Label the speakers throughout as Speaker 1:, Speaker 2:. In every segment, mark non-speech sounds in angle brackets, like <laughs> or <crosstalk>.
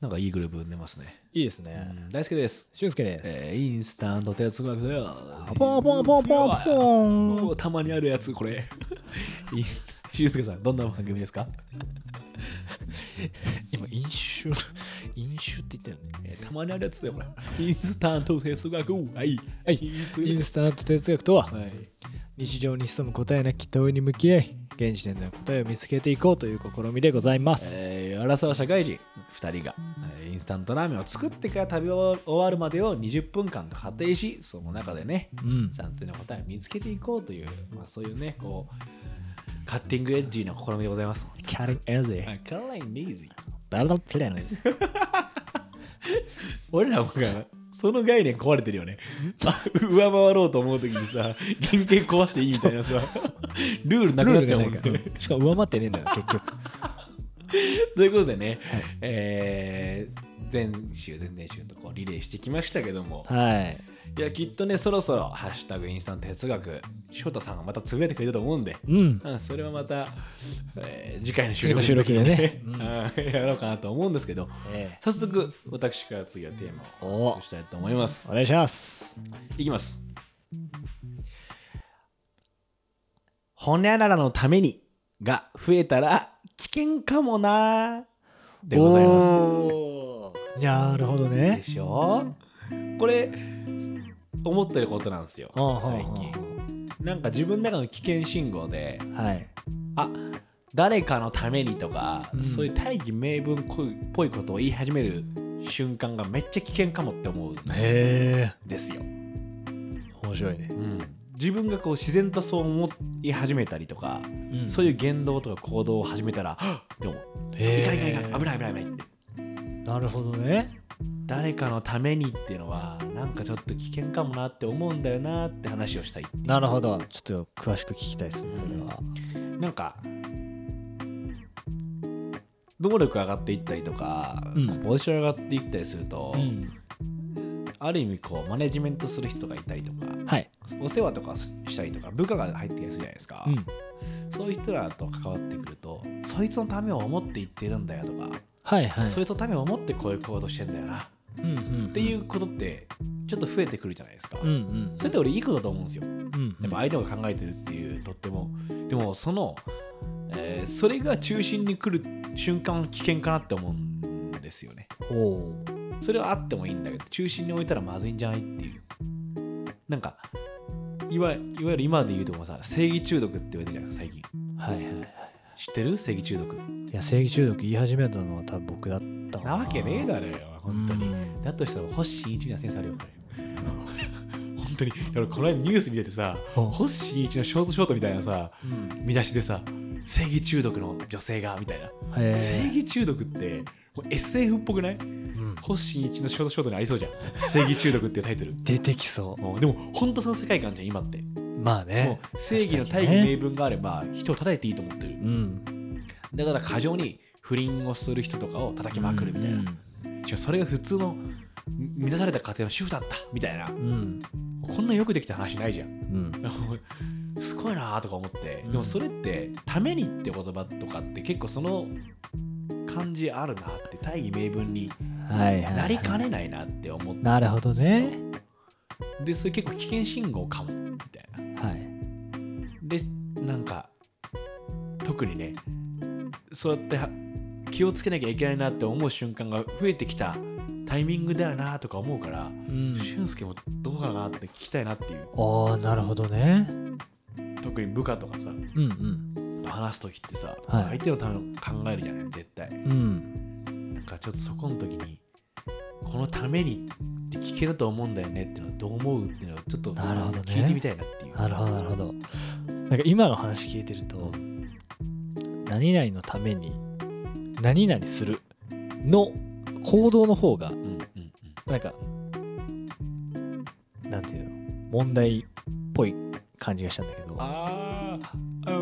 Speaker 1: なんかいいグループ生んでますね。
Speaker 2: いいです
Speaker 1: う
Speaker 2: ね。
Speaker 1: ん、大好きです。
Speaker 2: 俊介です。
Speaker 1: えーインスタント哲学だよ。
Speaker 2: ポンポンポンポンポン。
Speaker 1: もうたまにあるやつ、こ
Speaker 2: <laughs>
Speaker 1: れ。いい俊介さん、どんな番組ですか
Speaker 2: 今、飲酒、飲酒って言ったよね。
Speaker 1: たまにあるやつだよ、これ。インスタント哲学。はい。
Speaker 2: はい
Speaker 1: インス
Speaker 2: インスタント哲学とは、
Speaker 1: はい。
Speaker 2: 日常に潜む答えなき問いに向き合い、現時点での答えを見つけていこうという試みでございます。
Speaker 1: えー、争う社会人2人が、えーインスタントラーメンを作ってから食べ終わるまでを20分間と仮定しその中でね
Speaker 2: うん。
Speaker 1: 暫定の答えを見つけていこうという、まあ、そういうねこうカッティングエッジな試みでございます。
Speaker 2: キャリンエーゼ
Speaker 1: あカロライン・リーズ
Speaker 2: バトルプレーです。
Speaker 1: 俺らもがその概念壊れてるよね。あ <laughs> 上回ろうと思うときにさ、人間壊していいみたいなさ、 <laughs> ルールなくなっちゃうもんね。
Speaker 2: うんしかも上回ってねえんだよ、結局。
Speaker 1: <laughs> ということでね、えー前週、前々週とこうリレーしてきましたけども、
Speaker 2: はい。
Speaker 1: いや、きっとね、そろそろ、ハッシュタグインスタント哲学、翔太さんがまたつぶやいてくれたと思うんで、
Speaker 2: うん。
Speaker 1: うん、それはまた、えー次回の収
Speaker 2: 次
Speaker 1: 録
Speaker 2: の収録でね
Speaker 1: の時にねうんやろうかなと思うんですけど、
Speaker 2: え
Speaker 1: 早速、私から次はテーマ
Speaker 2: え
Speaker 1: を
Speaker 2: お
Speaker 1: 発表したいと思います。
Speaker 2: お願いします。
Speaker 1: いきます。ほにゃららのためにが増えたら危険かもなーでございます。
Speaker 2: す。なるほどね
Speaker 1: で。しょこれ思ってることなんですよ
Speaker 2: うんうんうん
Speaker 1: 最近なんか自分の中の危険信号で
Speaker 2: はい。
Speaker 1: あ誰かのためにとか、
Speaker 2: うん
Speaker 1: そういう大義名分っぽいっぽいことを言い始める瞬間がめっちゃ危険かもって思うん
Speaker 2: へえ。
Speaker 1: ですよ、
Speaker 2: 面白いね。
Speaker 1: 自分がこう自然とそう思い始めたりとか、
Speaker 2: うん
Speaker 1: そういう言動とか行動を始めたらはっって思う、いかんいかんいかん危ない危ない危ないって
Speaker 2: なるほどね。
Speaker 1: 誰かのためにっていうのはなんかちょっと危険かもなって思うんだよなって話をしたい
Speaker 2: なるほど。ちょっと詳しく聞きたいですね、それは。
Speaker 1: なんか能力上がっていったりとか、
Speaker 2: うん
Speaker 1: こうポジション上がっていったりすると、ある意味こうマネジメントする人がいたりとか
Speaker 2: はい。
Speaker 1: お世話とかしたりとか部下が入ってきたりするじゃないですか、
Speaker 2: うん。
Speaker 1: そういう人らと関わってくるとそいつのためを思って言ってるんだよとか、
Speaker 2: はいはい。
Speaker 1: そいつのためを思ってこういう行動してんだよな
Speaker 2: うんうん。
Speaker 1: っていうことってちょっと増えてくるじゃないですか、
Speaker 2: うんうん。
Speaker 1: それって俺いいことだと思うんですよ
Speaker 2: うん
Speaker 1: やっぱ相手が考えてるっていうとってもでもその、えーそれが中心に来る瞬間は危険かなって思うんですよね
Speaker 2: おお
Speaker 1: それはあってもいいんだけど中心に置いたらまずいんじゃないっていうなんかいわいわゆる今で言うとこさ正義中毒って言われてるじゃないですか最近
Speaker 2: はいはいはい
Speaker 1: 知ってる正義中毒
Speaker 2: いや正義中毒言い始めたのは多分僕だったか
Speaker 1: なわけねえだろよ本当に
Speaker 2: うん
Speaker 1: だとしたら星一なセンス
Speaker 2: <laughs>
Speaker 1: あるよこれ本当に俺この間ニュース見ててさ
Speaker 2: うん
Speaker 1: 星一のショートショートみたいなさ
Speaker 2: うん
Speaker 1: 見出しでさ正義中毒の女性がみたいな、
Speaker 2: へ
Speaker 1: 正
Speaker 2: え
Speaker 1: 義中毒ってもう SF っぽくない
Speaker 2: うん
Speaker 1: 星一のショートショートにありそうじゃん正義中毒っていうタイトル
Speaker 2: 出てきそ
Speaker 1: もうでも本当その世界観じゃん今って
Speaker 2: うまあ
Speaker 1: も
Speaker 2: ね
Speaker 1: う正義の大義名分があれば人を叩いていいと思ってる
Speaker 2: うん
Speaker 1: だから過剰に不倫をする人とかを叩きまくるみたいな、違うそれが普通のみ満たされた家庭の主婦だったみたいな
Speaker 2: うん
Speaker 1: こんなよくできた話ないじゃん <laughs>
Speaker 2: うん
Speaker 1: すごいなとか思って、
Speaker 2: うん
Speaker 1: でもそれって「ために」って言葉とかって結構その感じあるなって大義名分に
Speaker 2: はいはい
Speaker 1: なりか
Speaker 2: ね
Speaker 1: ねないなって思って
Speaker 2: なるほどね
Speaker 1: でそれ結構危険信号かもみたいな
Speaker 2: はい
Speaker 1: でなんか特にねそうやっては気をつけなきゃいけないなって思う瞬間が増えてきたタイミングだよなとか思うから、
Speaker 2: うん
Speaker 1: 俊介もどうかなって聞きたいなっていう
Speaker 2: ああなるほどね
Speaker 1: 特に部下とかさ
Speaker 2: うんうん
Speaker 1: 話す時ってさ、
Speaker 2: はい
Speaker 1: 相手のために考えるじゃない絶対
Speaker 2: うん
Speaker 1: なんかちょっとそこの時にこのためにって聞けると思うんだよねっていうのはどう思うっていうのをちょっと
Speaker 2: なるほどね
Speaker 1: 聞いてみたいなっていう、
Speaker 2: なるほどなるほどなんか今の話聞いてると何々のために何々するの行動の方が
Speaker 1: うんうんうん、
Speaker 2: なんか、なんていうの、問題っぽい感じがしたんだけど、
Speaker 1: ああう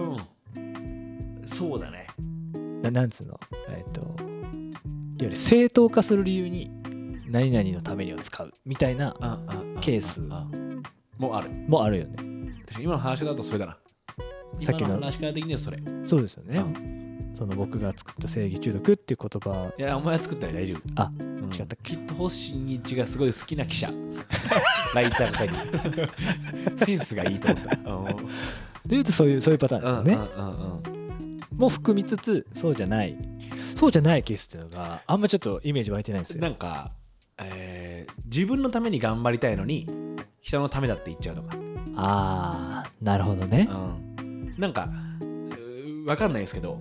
Speaker 1: んそうだね
Speaker 2: ななんつうの、えっ、と、いわゆる正当化する理由に、何々のためにを使うみたいな
Speaker 1: あああ
Speaker 2: ケース
Speaker 1: ああもうある
Speaker 2: もあるよね。
Speaker 1: 確かに今の話だとそれだな
Speaker 2: さっき
Speaker 1: 今
Speaker 2: の
Speaker 1: の話から的にはそれ
Speaker 2: そうですよね。
Speaker 1: う
Speaker 2: その僕が作った正義中毒っていう言葉
Speaker 1: いやお前は作ったら大丈夫
Speaker 2: あ
Speaker 1: うん
Speaker 2: 違ったっ
Speaker 1: きっと星新一がすごい好きな記 <laughs> 者
Speaker 3: ライター2人
Speaker 1: <laughs> センスがいいと思ったう
Speaker 2: でいうとそういうそういうパターンですよ
Speaker 1: ん
Speaker 2: ね、
Speaker 1: うんうんうん
Speaker 2: も含みつつそうじゃないそうじゃないケースっていうのがあんまちょっとイメージ湧いてないんですよ
Speaker 1: なんか、えー自分のために頑張りたいのに人のためだって言っちゃうとか、
Speaker 2: ああなるほどね
Speaker 1: うん、なんか分かんないですけど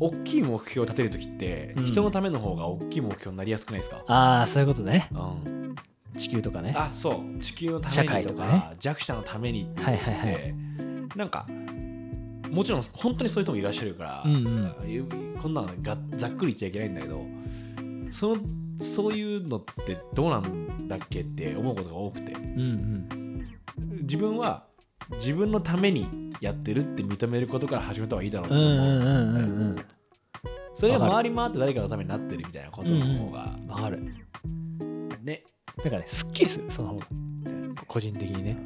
Speaker 1: 大きい目標を立てるときって、
Speaker 2: うん
Speaker 1: 人のための方が大きい目標になりやすくないですか、
Speaker 2: ああそういうことね
Speaker 1: うん、
Speaker 2: 地球とかね
Speaker 1: あそう地球のために
Speaker 2: 社
Speaker 1: とか
Speaker 2: 会とかね
Speaker 1: 弱者のためにって
Speaker 2: はいはいはい、
Speaker 1: なんかもちろん本当にそういう人もいらっしゃるから、
Speaker 2: うん
Speaker 1: こんなのがざっくり言っちゃいけないんだけどそのそういうのってどうなんだっけって思うことが多くて
Speaker 2: うんうん
Speaker 1: 自分は自分のためにやってるって認めることから始めた方がいいだろう
Speaker 2: う
Speaker 1: と
Speaker 2: んう
Speaker 1: 思う、
Speaker 2: んうんうん
Speaker 1: それが
Speaker 2: わか
Speaker 1: 回り回って誰かのためになってるみたいなことの方が
Speaker 2: うんわかる
Speaker 1: ね、
Speaker 2: だからねすっきりするその方が個人的にね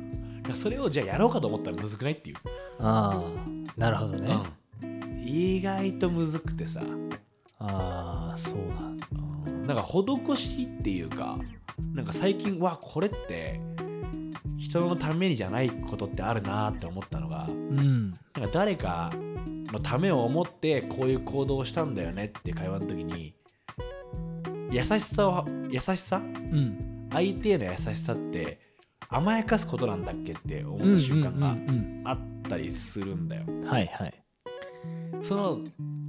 Speaker 1: それをじゃあやろうかと思ったらむずくないっていう、
Speaker 2: ああなるほどね、あ
Speaker 1: うん意外とむずくてさ、
Speaker 2: あーそうだ
Speaker 1: なんか施しっていうかなんか最近わこれって人のためにじゃないことってあるなって思ったのが
Speaker 2: う
Speaker 1: な
Speaker 2: ん
Speaker 1: んか誰かのためを思ってこういう行動をしたんだよねっていう会話の時に優しさを優しさ
Speaker 2: うん
Speaker 1: 相手への優しさって甘やかすことなんだっけって思った瞬間が
Speaker 2: うんうん
Speaker 1: あったりするんだよ。
Speaker 2: うんはいはい
Speaker 1: その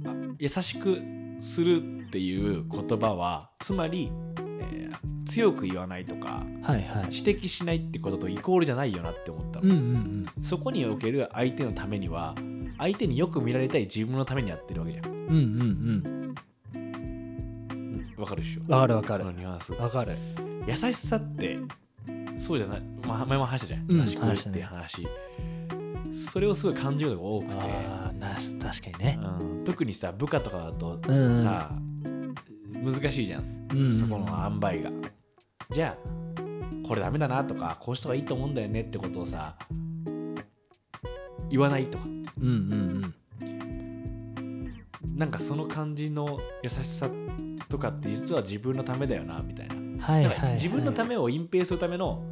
Speaker 1: あ優しくするっていう言葉はつまり、えー強く言わないとか
Speaker 2: はいはい
Speaker 1: 指摘しないってこととイコールじゃないよなって思ったの、
Speaker 2: うんうん
Speaker 1: そこにおける相手のためには相手によく見られたい自分のためにやってるわけじゃん
Speaker 2: うんうんうん
Speaker 1: わかるでしょ
Speaker 2: わかるわかる
Speaker 1: そのニュアンス
Speaker 2: うんわかる
Speaker 1: 優しさってそうじゃない、まあ、前も話したじゃん
Speaker 2: うん
Speaker 1: 優しく
Speaker 2: 話した
Speaker 1: って
Speaker 2: ね
Speaker 1: 話、それをすごい感じることが多くて
Speaker 2: ああな確かにね
Speaker 1: うん、特にさ部下とかだと
Speaker 2: うんうん
Speaker 1: さ、難しいじゃん、
Speaker 2: うんうん
Speaker 1: そこの塩梅がじゃあこれダメだなとかこうした方がいいと思うんだよねってことをさ言わないとか
Speaker 2: うんうん
Speaker 1: なんかその感じの優しさとかって実は自分のためだよなみたいな,、
Speaker 2: うんはいは
Speaker 1: な
Speaker 2: い、は
Speaker 1: ん
Speaker 2: い、
Speaker 1: か自分のためを隠蔽するための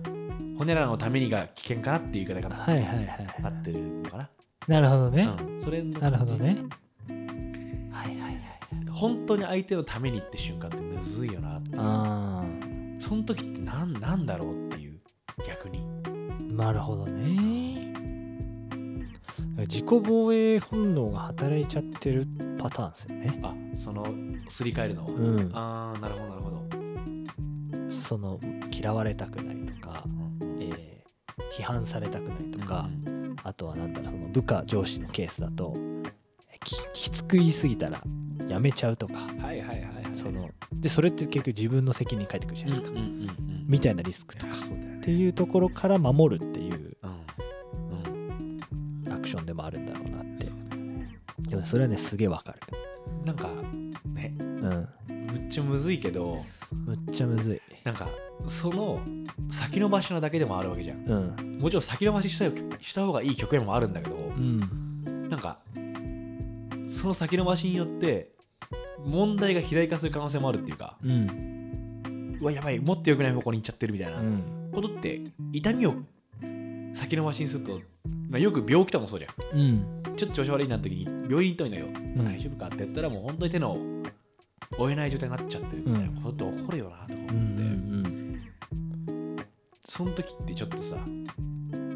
Speaker 1: 骨らのためにが危険かなっていう言い方が
Speaker 2: はいはいはい
Speaker 1: なってるのかな、
Speaker 2: なるほどね、
Speaker 1: うん、それの感
Speaker 2: なる
Speaker 1: じ
Speaker 2: ほどねはいはいはい
Speaker 1: 本当に相手のためにって瞬間ってむずいよなって
Speaker 2: あ
Speaker 1: その時ってなんなんだろうっていう逆に
Speaker 2: ーなるほどね自己防衛本能が働いちゃってるパターンですよね
Speaker 1: あそのすり替えるのは、
Speaker 2: うん
Speaker 1: あーなるほどなるほど、
Speaker 2: その嫌われたくないとか、
Speaker 1: え
Speaker 2: えー批判されたくないと
Speaker 1: と
Speaker 2: か、あとはなんだろうその部下上司のケースだとききつく言いすぎたらやめちゃうとか
Speaker 1: はいはいはいはい
Speaker 2: そのでそれって結局自分の責任返ってくるじゃないですか、
Speaker 1: うんうんうんうん
Speaker 2: みたいなリスクと
Speaker 1: い
Speaker 2: か
Speaker 1: やそうだよ
Speaker 2: っ
Speaker 1: ね
Speaker 2: ていうところから守るっていう
Speaker 1: うん
Speaker 2: アクションでもあるんだろうなってでもそれはねすげえわかる
Speaker 1: うんなんかね
Speaker 2: うん
Speaker 1: むっちゃむずいけど
Speaker 2: むっちゃむずい
Speaker 1: なんかその先延ばしのだけでもあるわけじゃん
Speaker 2: うん
Speaker 1: もちろん先延ばししたよした方がいい局面もあるんだけど、
Speaker 2: うん
Speaker 1: なんかその先延ばしによって問題が肥大化する可能性もあるっていうか
Speaker 2: うん
Speaker 1: うわやばいもっと良くない方向に行っちゃってるみたいな、
Speaker 2: うん
Speaker 1: ことって痛みを先延ばしにすると、まあ、よく病気とかもそうじゃん
Speaker 2: うん
Speaker 1: ちょっと調子悪いなって時に病院に行ったらいいんだけど、
Speaker 2: うん
Speaker 1: 大丈夫かってやったらもう本当に手の負えない状態になっちゃってるみたいなことって起こるよなとか思って、
Speaker 2: うん
Speaker 1: その時ってちょっとさ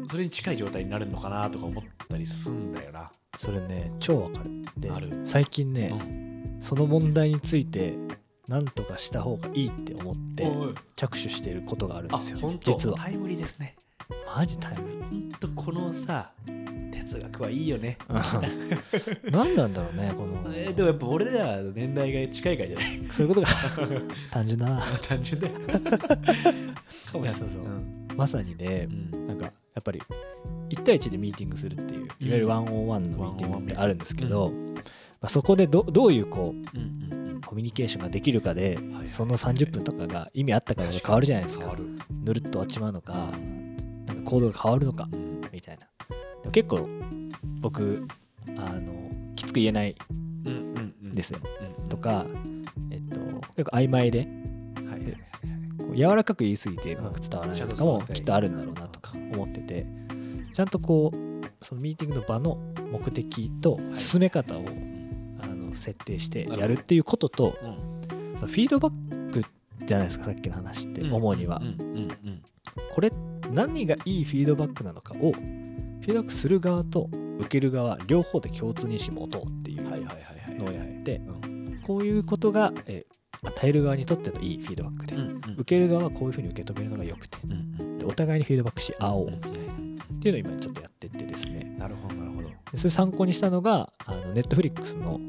Speaker 1: それに近い状態になるのかなとか思ったりすんだよな、
Speaker 2: それね超わかるで
Speaker 1: ある
Speaker 2: 最近ね
Speaker 1: うん
Speaker 2: その問題について何とかした方がいいって思って
Speaker 1: おいおい
Speaker 2: 着手していることがあるん
Speaker 1: あ
Speaker 2: ですよ
Speaker 1: 本当
Speaker 2: 実は
Speaker 1: タイムリーですね
Speaker 2: マジタイムリ
Speaker 1: 本当このさ哲学はいいよね、
Speaker 2: ー何なんだろうねこの
Speaker 1: えーでもやっぱ俺らの年代が近いからじゃない <laughs>
Speaker 2: そういうことが単純だな
Speaker 1: 単純だよかもしれない
Speaker 2: いやそうそうんまさにね
Speaker 1: うん
Speaker 2: なんかやっぱり1対1でミーティングするっていういわゆるワンオンワンのミーティングってあるんですけど、まあ、そこでどどういう
Speaker 1: う
Speaker 2: こう
Speaker 1: んうんうん、
Speaker 2: コミュニケーションができるかで
Speaker 1: いはい
Speaker 2: その30分とかが意味あったかが変わるじゃないですか
Speaker 1: 変わる、
Speaker 2: ぬるっと終わっちまうのかなんか行動が変わるのか
Speaker 1: うん
Speaker 2: みたいなでも結構僕あのきつく言えない
Speaker 1: うん
Speaker 2: ですよ
Speaker 1: うん
Speaker 2: とか、えっと、結構曖昧で
Speaker 1: はい
Speaker 2: こう柔らかく言い過ぎてうまく伝わらないとかも
Speaker 1: うん
Speaker 2: きっとあるんだろうなとか思っててちゃんとこうそのミーティングの場の目的と進め方を、あの設定してやるっていうことと
Speaker 1: うん
Speaker 2: そのフィードバックじゃないですかさっきの話って、主には、
Speaker 1: うんうんうん
Speaker 2: これ何がいいフィードバックなのかをフィードバックする側と受ける側両方で共通認識持とうっていう
Speaker 1: はいはい
Speaker 2: の
Speaker 1: はいは
Speaker 2: を
Speaker 1: い
Speaker 2: や
Speaker 1: はい
Speaker 2: ってこういうことが、えー与える側にとってのいいフィードバックで、
Speaker 1: うんうん
Speaker 2: 受ける側はこういうふうに受け止めるのが良くて
Speaker 1: うんうん
Speaker 2: でお互いにフィードバックし合おう
Speaker 1: うん
Speaker 2: みたいなっていうのを今ちょっとやってってですね
Speaker 1: なるほどなるほど
Speaker 2: でそれ参考にしたのがあのネットフリックスの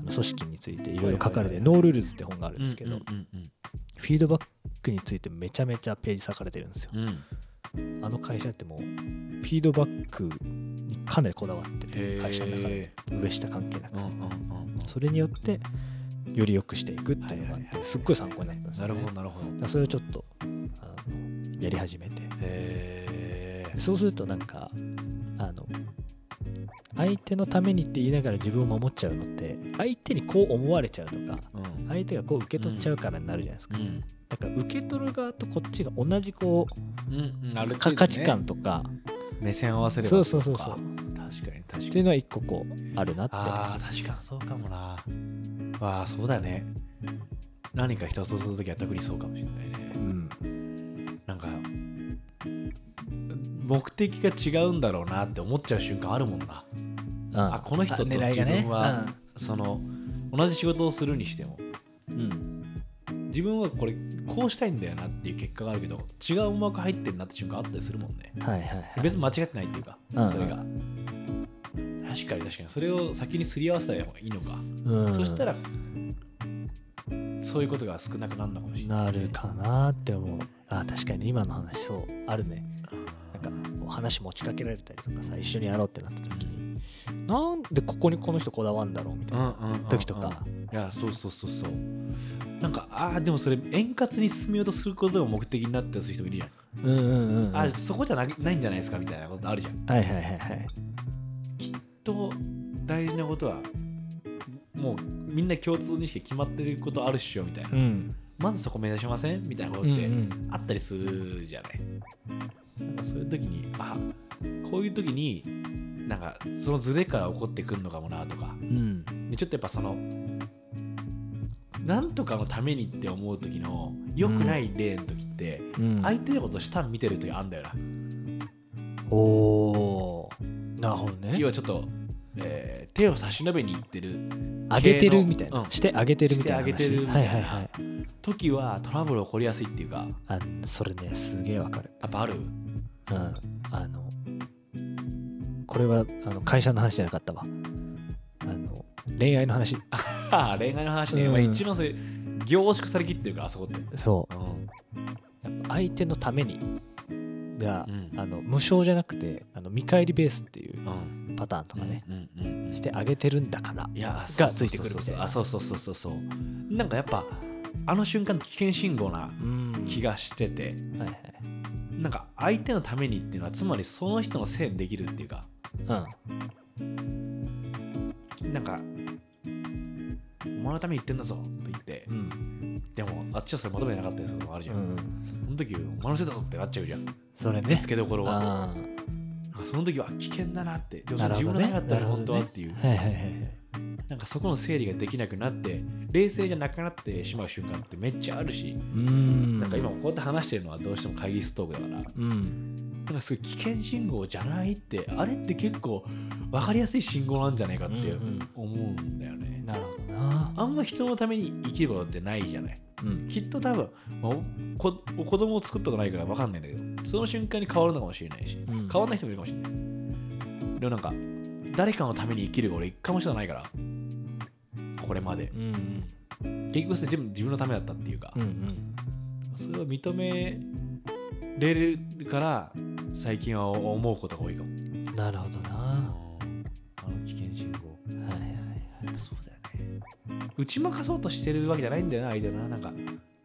Speaker 2: あの組織についていろいろ書か
Speaker 1: はい
Speaker 2: れて「
Speaker 1: はいはい
Speaker 2: ノールールズ」って本があるんですけど、
Speaker 1: うんうん
Speaker 2: フィードバックについてめちゃめちゃページ割かれてるんですよ
Speaker 1: うんうん
Speaker 2: あの会社ってもうフィードバックにかなりこだわって
Speaker 1: へ
Speaker 2: る
Speaker 1: ー
Speaker 2: 会社の中で上下関係な
Speaker 1: う
Speaker 2: く
Speaker 1: んうんうん
Speaker 2: それによってより良くしていくっていうのがあ
Speaker 1: はい
Speaker 2: っ
Speaker 1: はいは
Speaker 2: てすっごい参考になったんです
Speaker 1: な
Speaker 2: よ、ね、
Speaker 1: るほどなるほど
Speaker 2: だからそれをちょっとあのやり始めて
Speaker 1: へえ
Speaker 2: そうするとなんかあの相手のためにって言いながら自分を守っちゃうのって相手にこう思われちゃうとか
Speaker 1: うん
Speaker 2: 相手がこう受け取っちゃうからになるじゃないですか、
Speaker 1: うん
Speaker 2: だから受け取る側とこっちが同じこ
Speaker 1: うんうん
Speaker 2: う、
Speaker 1: ある程度
Speaker 2: か
Speaker 1: ね
Speaker 2: 価値観とか
Speaker 1: 目線合わせれば
Speaker 2: そうそうそうそう
Speaker 1: か確かに確
Speaker 2: っ
Speaker 1: か
Speaker 2: てい
Speaker 1: に
Speaker 2: うのは一個こうあるなって
Speaker 1: あー確かにそうかもなあーそうだね何か一つをするときは特にそうかもしれないね
Speaker 2: うん
Speaker 1: なんか目的が違うんだろうなって思っちゃう瞬間あるもんなあこの人と自分は、その同じ仕事をするにしても
Speaker 2: うん
Speaker 1: 自分はこれこうしたいんだよなっていう結果があるけど違う思惑入ってんなって瞬間あったりするもんね
Speaker 2: はいはいはい
Speaker 1: 別に間違ってないっていうか
Speaker 2: うん
Speaker 1: それが確かに確かにそれを先にすり合わせたらいいのか
Speaker 2: うん
Speaker 1: そしたらそういうことが少なくなるのかもしれない
Speaker 2: なるかなって思うあ確かに今の話そうあるねなんかこう話持ちかけられたりとかさ一緒にやろうってなった時になんでここにこの人こだわんだろうみたいな時とか
Speaker 1: いやそうそうそうそうなんかああでもそれ円滑に進めようとすることが目的になってる人もいるじゃん、
Speaker 2: うんうんうんうん
Speaker 1: あ
Speaker 2: はい
Speaker 1: そこじゃなないんじゃないですかみたいなことあるじゃん
Speaker 2: はいはいはい
Speaker 1: と大事なことはもうみんな共通にして決まってることあるっしょみたいな、
Speaker 2: うん
Speaker 1: まずそこ目指しませんみたいなこと
Speaker 2: う
Speaker 1: って
Speaker 2: ん
Speaker 1: あったりするじゃない、なんかそういう時にあこういう時になんかそのズレから起こってくるのかもなとか
Speaker 2: うん
Speaker 1: でちょっとやっぱそのなんとかのためにって思う時の良くない例の時って、
Speaker 2: うん
Speaker 1: 相手のこと下見てる時あんだよな、
Speaker 2: おおーなるほどね
Speaker 1: 要はちょっと、えー手を差し伸べに行ってる
Speaker 2: 上げてるみたいな、
Speaker 1: うん
Speaker 2: して上げてるみたいな話
Speaker 1: して上げてるみ
Speaker 2: は
Speaker 1: たい
Speaker 2: い
Speaker 1: な
Speaker 2: はいはい
Speaker 1: 時はトラブル起こりやすいっていうか
Speaker 2: あそれねすげえわかる
Speaker 1: やっぱある <laughs>
Speaker 2: うん、あのこれはあの会社の話じゃなかったわあの恋愛の話
Speaker 1: はあ恋愛の話ね、
Speaker 2: うん
Speaker 1: まあ、一番それ凝縮されきってるからあそこって、
Speaker 2: そ
Speaker 1: う
Speaker 2: う
Speaker 1: ん
Speaker 2: やっぱ相手のためにが、
Speaker 1: うん
Speaker 2: あの無償じゃなくてあの見返りベースっていう
Speaker 1: うん
Speaker 2: パターンとかね、
Speaker 1: うんうんうん
Speaker 2: してあげてるんだから
Speaker 1: いや
Speaker 2: がついてくる
Speaker 1: そう
Speaker 2: み
Speaker 1: そうそ
Speaker 2: たい
Speaker 1: う
Speaker 2: な
Speaker 1: あそうそうそうそうそうなんかやっぱあの瞬間危険信号な
Speaker 2: うん
Speaker 1: 気がしてて、
Speaker 2: はいはい
Speaker 1: なんか相手のためにっていうのはつまりその人のせいにできるっていうかなんか「お前のために言ってんだぞ」って言って
Speaker 2: う、ん
Speaker 1: でもあっちはそれ求めてなかったりすることもあるじ
Speaker 2: う
Speaker 1: ゃ
Speaker 2: ん
Speaker 1: ん、その時「お前のせいだぞ」ってなっちゃうじゃん
Speaker 2: それ
Speaker 1: 見
Speaker 2: ね
Speaker 1: つけどころは
Speaker 2: あ
Speaker 1: なんかその時は危険だなってで
Speaker 2: ー
Speaker 1: もそれ
Speaker 2: なる
Speaker 1: 自
Speaker 2: ほ
Speaker 1: 分
Speaker 2: ど
Speaker 1: の
Speaker 2: ね
Speaker 1: なかったら
Speaker 2: なるほ
Speaker 1: 本当
Speaker 2: ど
Speaker 1: は
Speaker 2: ね
Speaker 1: っていう
Speaker 2: はいはいはいはい
Speaker 1: なんかそこの整理ができなくなって冷静じゃなくなってしまう瞬間ってめっちゃあるし、
Speaker 2: うん
Speaker 1: なんか今こうやって話してるのはどうしても会議室トークだから
Speaker 2: うん
Speaker 1: なんかすごい危険信号じゃないってあれって結構分かりやすい信号なんじゃないかって
Speaker 2: うんうん
Speaker 1: 思うんだよね、
Speaker 2: なるほどな
Speaker 1: あんま人のために生きることってないじゃない
Speaker 2: うん
Speaker 1: きっと多分、まあおこ子供を作ったことないから分かんないんだけどその瞬間に変わるのかもしれないし、
Speaker 2: うん
Speaker 1: 変わんない人もいるかもしれないでもなんか誰かのために生きるが俺一回もしたことないからこれまで
Speaker 2: うんうん
Speaker 1: 結局それ全部自分のためだったっていうか、
Speaker 2: うんうん
Speaker 1: それを認めれるから最近は思うことが多いかも
Speaker 2: なるほどなは
Speaker 1: あの危険信号
Speaker 2: いはいはい
Speaker 1: そうだよね打ち負かそうとしてるわけじゃないんだよな相手ななんか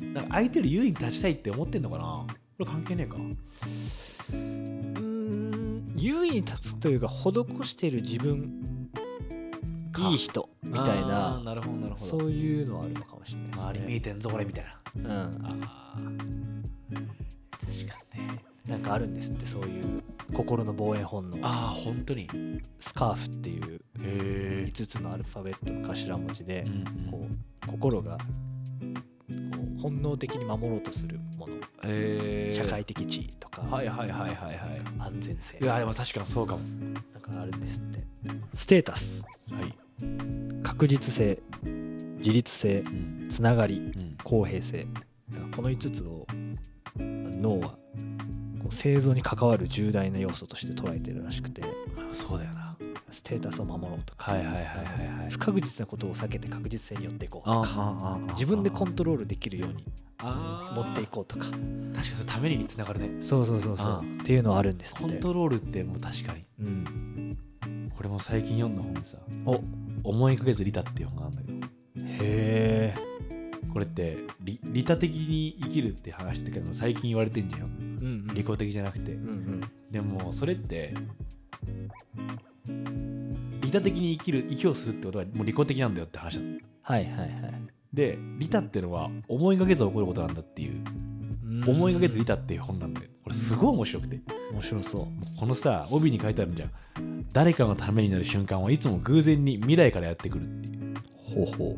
Speaker 1: なんか相手の優位に立ちたいって思ってんのかなこれ関係ねえか
Speaker 2: うーん優位に立つというか施している自分
Speaker 1: か
Speaker 2: いい人みたい
Speaker 1: あー
Speaker 2: な
Speaker 1: なるほどなるほ
Speaker 2: そ
Speaker 1: ど
Speaker 2: ういうのはあるのかもしれないです、ね、
Speaker 1: 周り見えてんぞ俺みたいな
Speaker 2: うん、
Speaker 1: あ
Speaker 2: 確かにねなんかあるんですってそういう心の防衛本
Speaker 1: ー
Speaker 2: の
Speaker 1: あー本当にへ
Speaker 2: スカーフっていう
Speaker 1: え
Speaker 2: 5つのアルファベットの頭文字で、
Speaker 1: うん
Speaker 2: こう心がこう本能的に守ろうとするもの、
Speaker 1: えー
Speaker 2: 社会的地位とか、
Speaker 1: はいはいはいはいはいはい
Speaker 2: 安全性
Speaker 1: いやでも確かにそうかも
Speaker 2: なんかあるんですってステータス
Speaker 1: はい
Speaker 2: 確実性自立性
Speaker 1: うん
Speaker 2: つながり
Speaker 1: うん
Speaker 2: 公平性なんかこの5つを脳はこう生存に関わる重大な要素として捉えてるらしくて
Speaker 1: そうだよな
Speaker 2: ステータスを守ろうとか
Speaker 1: はいはいはいはいはい
Speaker 2: 不確実なことを避けて確実性によっていこう
Speaker 1: あ
Speaker 2: と
Speaker 1: ーあ
Speaker 2: か
Speaker 1: ーあー
Speaker 2: 自分でコントロールできるように
Speaker 1: あー
Speaker 2: 持っていこうとか
Speaker 1: 確かにそれためににつながるね
Speaker 2: そうそうそうそう
Speaker 1: あー
Speaker 2: っていうのはあるんです
Speaker 1: コ
Speaker 2: っ
Speaker 1: ン
Speaker 2: て
Speaker 1: トロールってもう確かに
Speaker 2: うん
Speaker 1: 俺も最近読んだ本でさ
Speaker 2: おへ
Speaker 1: 「思いかけずリタ」っていう本があるんだけど
Speaker 2: え
Speaker 1: これってリ利他的に生きるって話ってけど最近言われてんじゃんよ
Speaker 2: うんうん
Speaker 1: 利己的じゃなくて
Speaker 2: うんうん
Speaker 1: でもそれって利他的に生きる生きをするってことはもう利己的なんだよって話だ
Speaker 2: はいはいはい
Speaker 1: で利他ってのは思いがけず起こることなんだっていう思いがけず利他っていう本なんだよこれすごい面白くて
Speaker 2: 面白そう
Speaker 1: このさ帯に書いてあるじゃん誰かのためになる瞬間はいつも偶然に未来からやってくるっていう
Speaker 2: ほうほ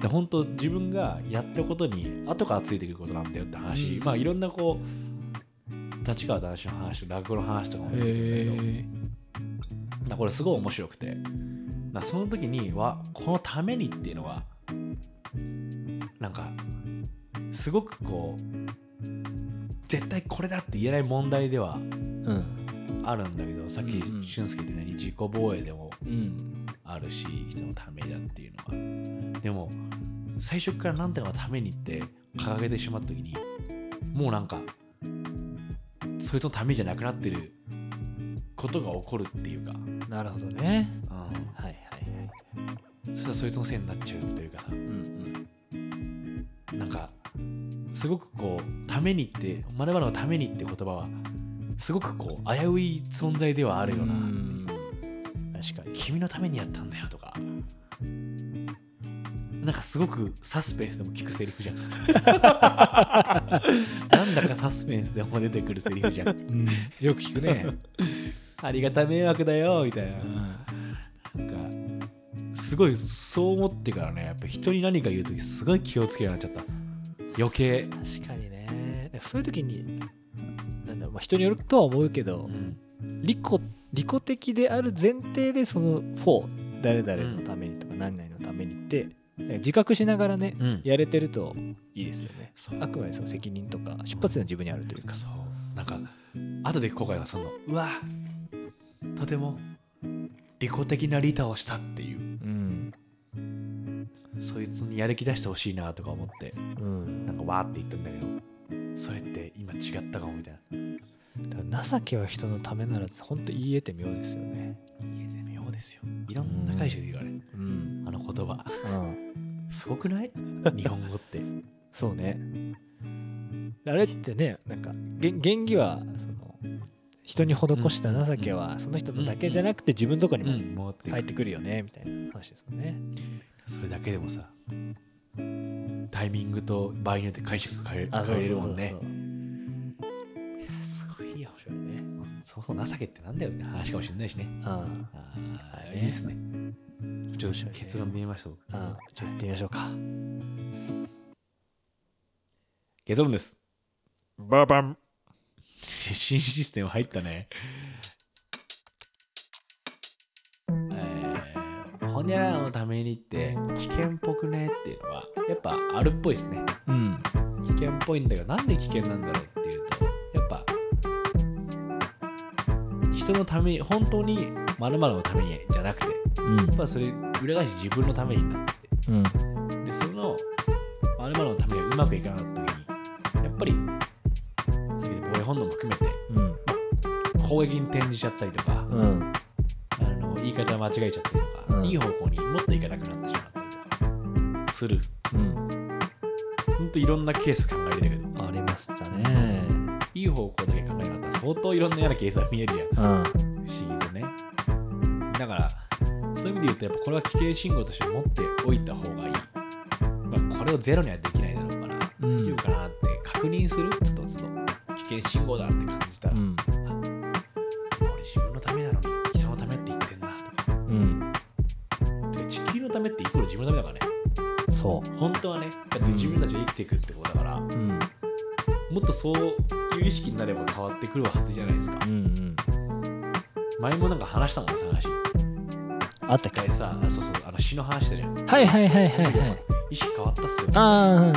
Speaker 1: で本当自分がやったことに後からついてくることなんだよって話、
Speaker 2: うん
Speaker 1: まあいろんなこう立川談志の話と落語の話とかも
Speaker 2: う
Speaker 1: 出てくるんだけ
Speaker 2: え
Speaker 1: どなこれすごい面白くてなその時にはこのためにっていうのはなんかすごくこう絶対これだって言えない問題では
Speaker 2: うん
Speaker 1: あるんだけどさっき
Speaker 2: うんうん
Speaker 1: 俊介言ってたように自己防衛でも
Speaker 2: うん
Speaker 1: あるし人のためだっていうのはでも最初から何とかのためにって掲げてしまった時にもうなんかそいつのためじゃなくなってることが起こるっていうか、
Speaker 2: なるほどね
Speaker 1: う
Speaker 2: はいはいはい
Speaker 1: ん、そしたらそいつのせいになっちゃうというかさ
Speaker 2: うん
Speaker 1: なんかすごくこう「ために」って「まるのために」って言葉はすごくこう危うい存在ではあるような、
Speaker 2: 確かに
Speaker 1: 君のためにやったんだよとかなんかすごくサスペンスでも聞くセリフじ <laughs> ゃんなんだかサスペンスでも出てくるセリフじゃん
Speaker 2: よく聞くね
Speaker 1: ありがた迷惑だよみたいななんかすごいそう思ってからねやっぱ人に何か言う時すごい気をつけるようになっちゃった余計
Speaker 2: 確かにねだからそういう時になんだろう、まあ、人によるとは思うけど利己利己的である前提でその4誰々のためにとか何々のためにってなんか自覚しながらね、
Speaker 1: うん
Speaker 2: やれてるといいですよね
Speaker 1: そう
Speaker 2: あくまでその責任とか出発点は自分にあるというか
Speaker 1: そうなんか後で後悔はするのうわとても利己的なリタをしたっていう
Speaker 2: うん
Speaker 1: そいつにやる気出してほしいなとか思って
Speaker 2: うん
Speaker 1: なんかわーって言ったんだけどそれって今違ったかもみたいな
Speaker 2: だから情けは人のためならず本当言い得て妙ですよね
Speaker 1: 言えてみようですよいろんな解釈で言われる
Speaker 2: うん、
Speaker 1: あの言葉
Speaker 2: うん、
Speaker 1: すごくない
Speaker 2: <laughs>
Speaker 1: 日本語って
Speaker 2: そうねあれってねなんかげ原義はその人に施した情けはその人のだけじゃなくて自分のとこにも
Speaker 1: もうって
Speaker 2: 返ってくるよねみたいな話ですもんね
Speaker 1: それだけでもさタイミングと場合によって解釈変える
Speaker 2: あそう
Speaker 1: 変え
Speaker 2: そ
Speaker 1: る
Speaker 2: う
Speaker 1: も
Speaker 2: そ
Speaker 1: ん
Speaker 2: う
Speaker 1: ね
Speaker 2: そう
Speaker 1: すごいよそれねそもそも情けってなんだよって話かもしれないしね
Speaker 2: うん
Speaker 1: あ
Speaker 2: は
Speaker 1: ー
Speaker 2: い
Speaker 1: いいっすねちょっ
Speaker 2: 面白い
Speaker 1: と
Speaker 2: ね
Speaker 1: 結論見えました僕
Speaker 2: うんじゃあやってみましょうか
Speaker 1: 結論です
Speaker 3: ババン。
Speaker 1: 新システム入ったね。えーほにゃららのためにって危険っぽくねっていうのはやっぱあるっぽいですね。
Speaker 2: うん
Speaker 1: 危険っぽいんだけどなんで危険なんだろうっていうとやっぱ人のために本当にまるのためにじゃなくてや
Speaker 2: うん
Speaker 1: っぱそれ裏返し自分のためになって
Speaker 2: うん
Speaker 1: でそのまるのためにはうまくいかなかった時にやっぱりさっきの防衛本能も含めて
Speaker 2: うん
Speaker 1: 攻撃に転じちゃったりとか、
Speaker 2: うん
Speaker 1: あの言い方間違えちゃったりとか、
Speaker 2: うん
Speaker 1: いい方向にもっといかなくなってしまったりとかする
Speaker 2: うん
Speaker 1: ほんといろんなケース考えてるけど
Speaker 2: ありましたね
Speaker 1: いい方向だけ考えなかったら相当いろんな嫌なケースが見えるじゃん
Speaker 2: うん
Speaker 1: 不思議とねだからそういう意味で言うとやっぱこれは危険信号として持っておいた方がいい、まあ、これをゼロにはできないだろうから
Speaker 2: う
Speaker 1: 大丈夫
Speaker 2: ん
Speaker 1: かなって確認するつどつど危険信号だって感じたら、
Speaker 2: うん
Speaker 1: 俺自分のためなのに人のためって言ってんなとか
Speaker 2: うん
Speaker 1: で地球のためってイコール自分のためだからね
Speaker 2: そ
Speaker 1: 本当はねだって自分たちが生きていくってことだから、
Speaker 2: ううん
Speaker 1: もっとそういう意識になれば変わってくるはずじゃないですか
Speaker 2: うんうん
Speaker 1: 前もなんか話したもんその話一
Speaker 2: あったっけ
Speaker 1: 回さあそうそうあの詩の話したじゃん
Speaker 2: はいはいはいはいはい
Speaker 1: 意識変わったっすよ
Speaker 2: あ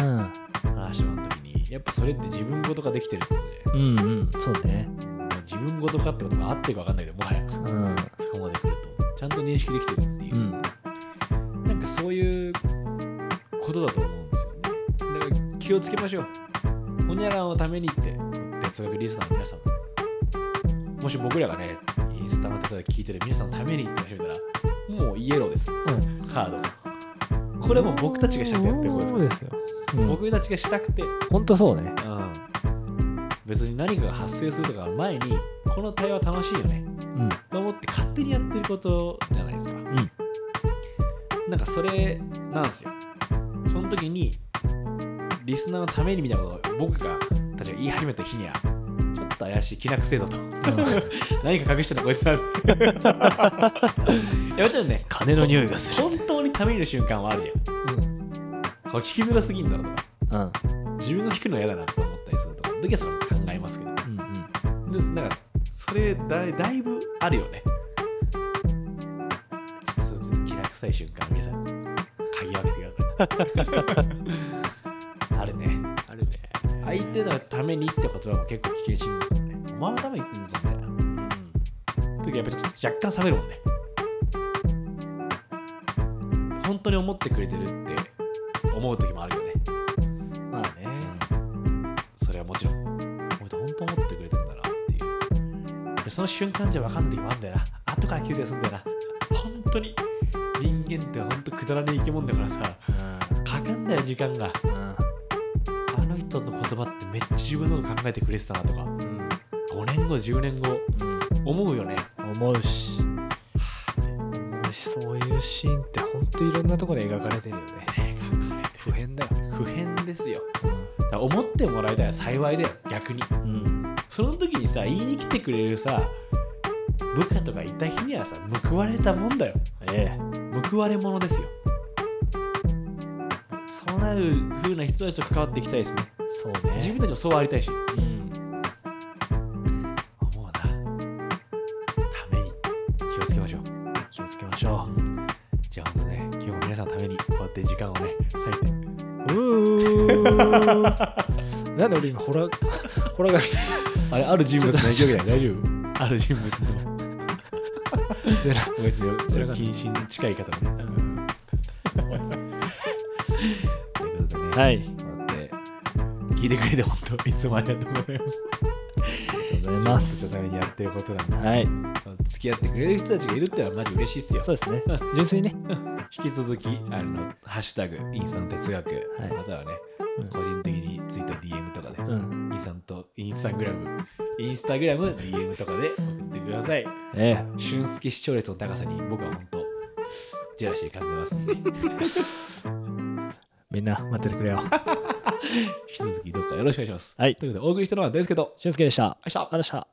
Speaker 1: 話してもらった時にやっぱそれって自分ごとができてるってことで
Speaker 2: あうんうんそうね
Speaker 1: まあ自分ごとかってことがあってるか分かんないけどもはや
Speaker 2: うん
Speaker 1: そこまで来るとちゃんと認識できてるっていう
Speaker 2: う、ん
Speaker 1: なんかそういうことだと思うんですよねだから気をつけましょうほにゃらのためにって哲学リスナーの皆さんももし僕らがねインスタの方で聞いてる皆さんのためにって始めたらもうイエローですカードがこれも僕たちがしたくてやってること
Speaker 2: そう
Speaker 1: です
Speaker 2: ですよ、うん、
Speaker 1: 僕たちがしたくて
Speaker 2: ほんとそうね
Speaker 1: うん、別に何かが発生するとか前にこの対話楽しいよね
Speaker 2: うん
Speaker 1: と思って勝手にやってることじゃないですか、なんかそれなんですよその時にリスナーのためにみたいなことを僕がたちが言い始めた日にはちょっと怪しい気なくせえぞと何か隠してんだこいつはい
Speaker 2: <laughs>
Speaker 1: やもちろんね
Speaker 2: 金の匂いがする
Speaker 1: 本当にためにる瞬間はあるじゃ
Speaker 2: うん
Speaker 1: んこれ聞きづらすぎんだろうとか
Speaker 2: うん
Speaker 1: 自分が聞くの嫌だなと思ったりするとかだけどそれも考えますけど
Speaker 2: うん
Speaker 1: でなんかそれだだいぶあるよねちょっとちょっと気な臭い瞬間皆さん鍵開けてください <laughs> あるねあるね相手のためにって言葉も結構危険信号だねお前のために言ってんぞみたいな
Speaker 2: うん
Speaker 1: 時やっぱちょっと若干冷めるもんね本当に思ってくれてるって思う時もあるよね
Speaker 2: うんまあね
Speaker 1: それはもちろん俺と本当思ってくれてんだなっていうでその瞬間じゃ分かんない時もあるんだよな後から気づいたりするんだよな本当に人間って本当くだらねえ生き物だからさかかんだよ時間が
Speaker 2: う
Speaker 1: あの人の言葉ってめっちゃ自分のこと考えてくれてたなとか
Speaker 2: んうん
Speaker 1: 5年後10年後思うよね
Speaker 2: 思うし思うしそういうシーンってほんといろんなところで描かれてるよね普遍だよ
Speaker 1: 不変ですよだから思ってもらえたら幸いだよ逆に
Speaker 2: うん
Speaker 1: その時にさ言いに来てくれるさ部下とかいた日にはさ報われたもんだよ
Speaker 2: ええ
Speaker 1: 報われ者ですよそうなる風な人たちと関わっていきたいですね
Speaker 2: そう
Speaker 1: 自
Speaker 2: ね
Speaker 1: 分たちもそうありたいし
Speaker 2: うん
Speaker 1: 思うなために気をつけましょう
Speaker 2: 気をつけましょ
Speaker 1: じゃあ本当ね今日も皆さんのためにこうやって時間をね割いて
Speaker 2: ううーなんで俺今ホラー <laughs> ホラーが
Speaker 1: あれある人
Speaker 2: 物の影響
Speaker 1: だよ大丈 <laughs> 夫ある人物の
Speaker 2: <laughs> ゼロ
Speaker 1: ごめんちょっと
Speaker 2: それが
Speaker 1: 謹慎に近い方もねということでね
Speaker 2: はい
Speaker 1: こうやって聞いてくれて本当いつもありがとうございます
Speaker 2: ありがとうございま
Speaker 1: 自分たちの
Speaker 2: す
Speaker 1: ためにやってることなんで
Speaker 2: はい
Speaker 1: 付き合ってくれる人たちがいるってのはマジ嬉しいっすよ
Speaker 2: そうですね <laughs> 純粋にね
Speaker 1: 引き続きあの「ハッシュタグインスタント哲学」
Speaker 2: はい
Speaker 1: またはね、
Speaker 2: うん
Speaker 1: 個人的にツイッター DM とかで、
Speaker 2: うん
Speaker 1: インスタントインスタグラムインスタグラム DM とかで送ってください
Speaker 2: ええ
Speaker 1: 俊介視聴率の高さに僕は本当ジェラシー感じますんで引
Speaker 2: みんな待っててくれよ
Speaker 1: き続きどうかよろしくお願いします、
Speaker 2: はい
Speaker 1: ということでお送りしたのは大輔と
Speaker 2: 俊介でしたあり
Speaker 1: あした
Speaker 2: がとうございました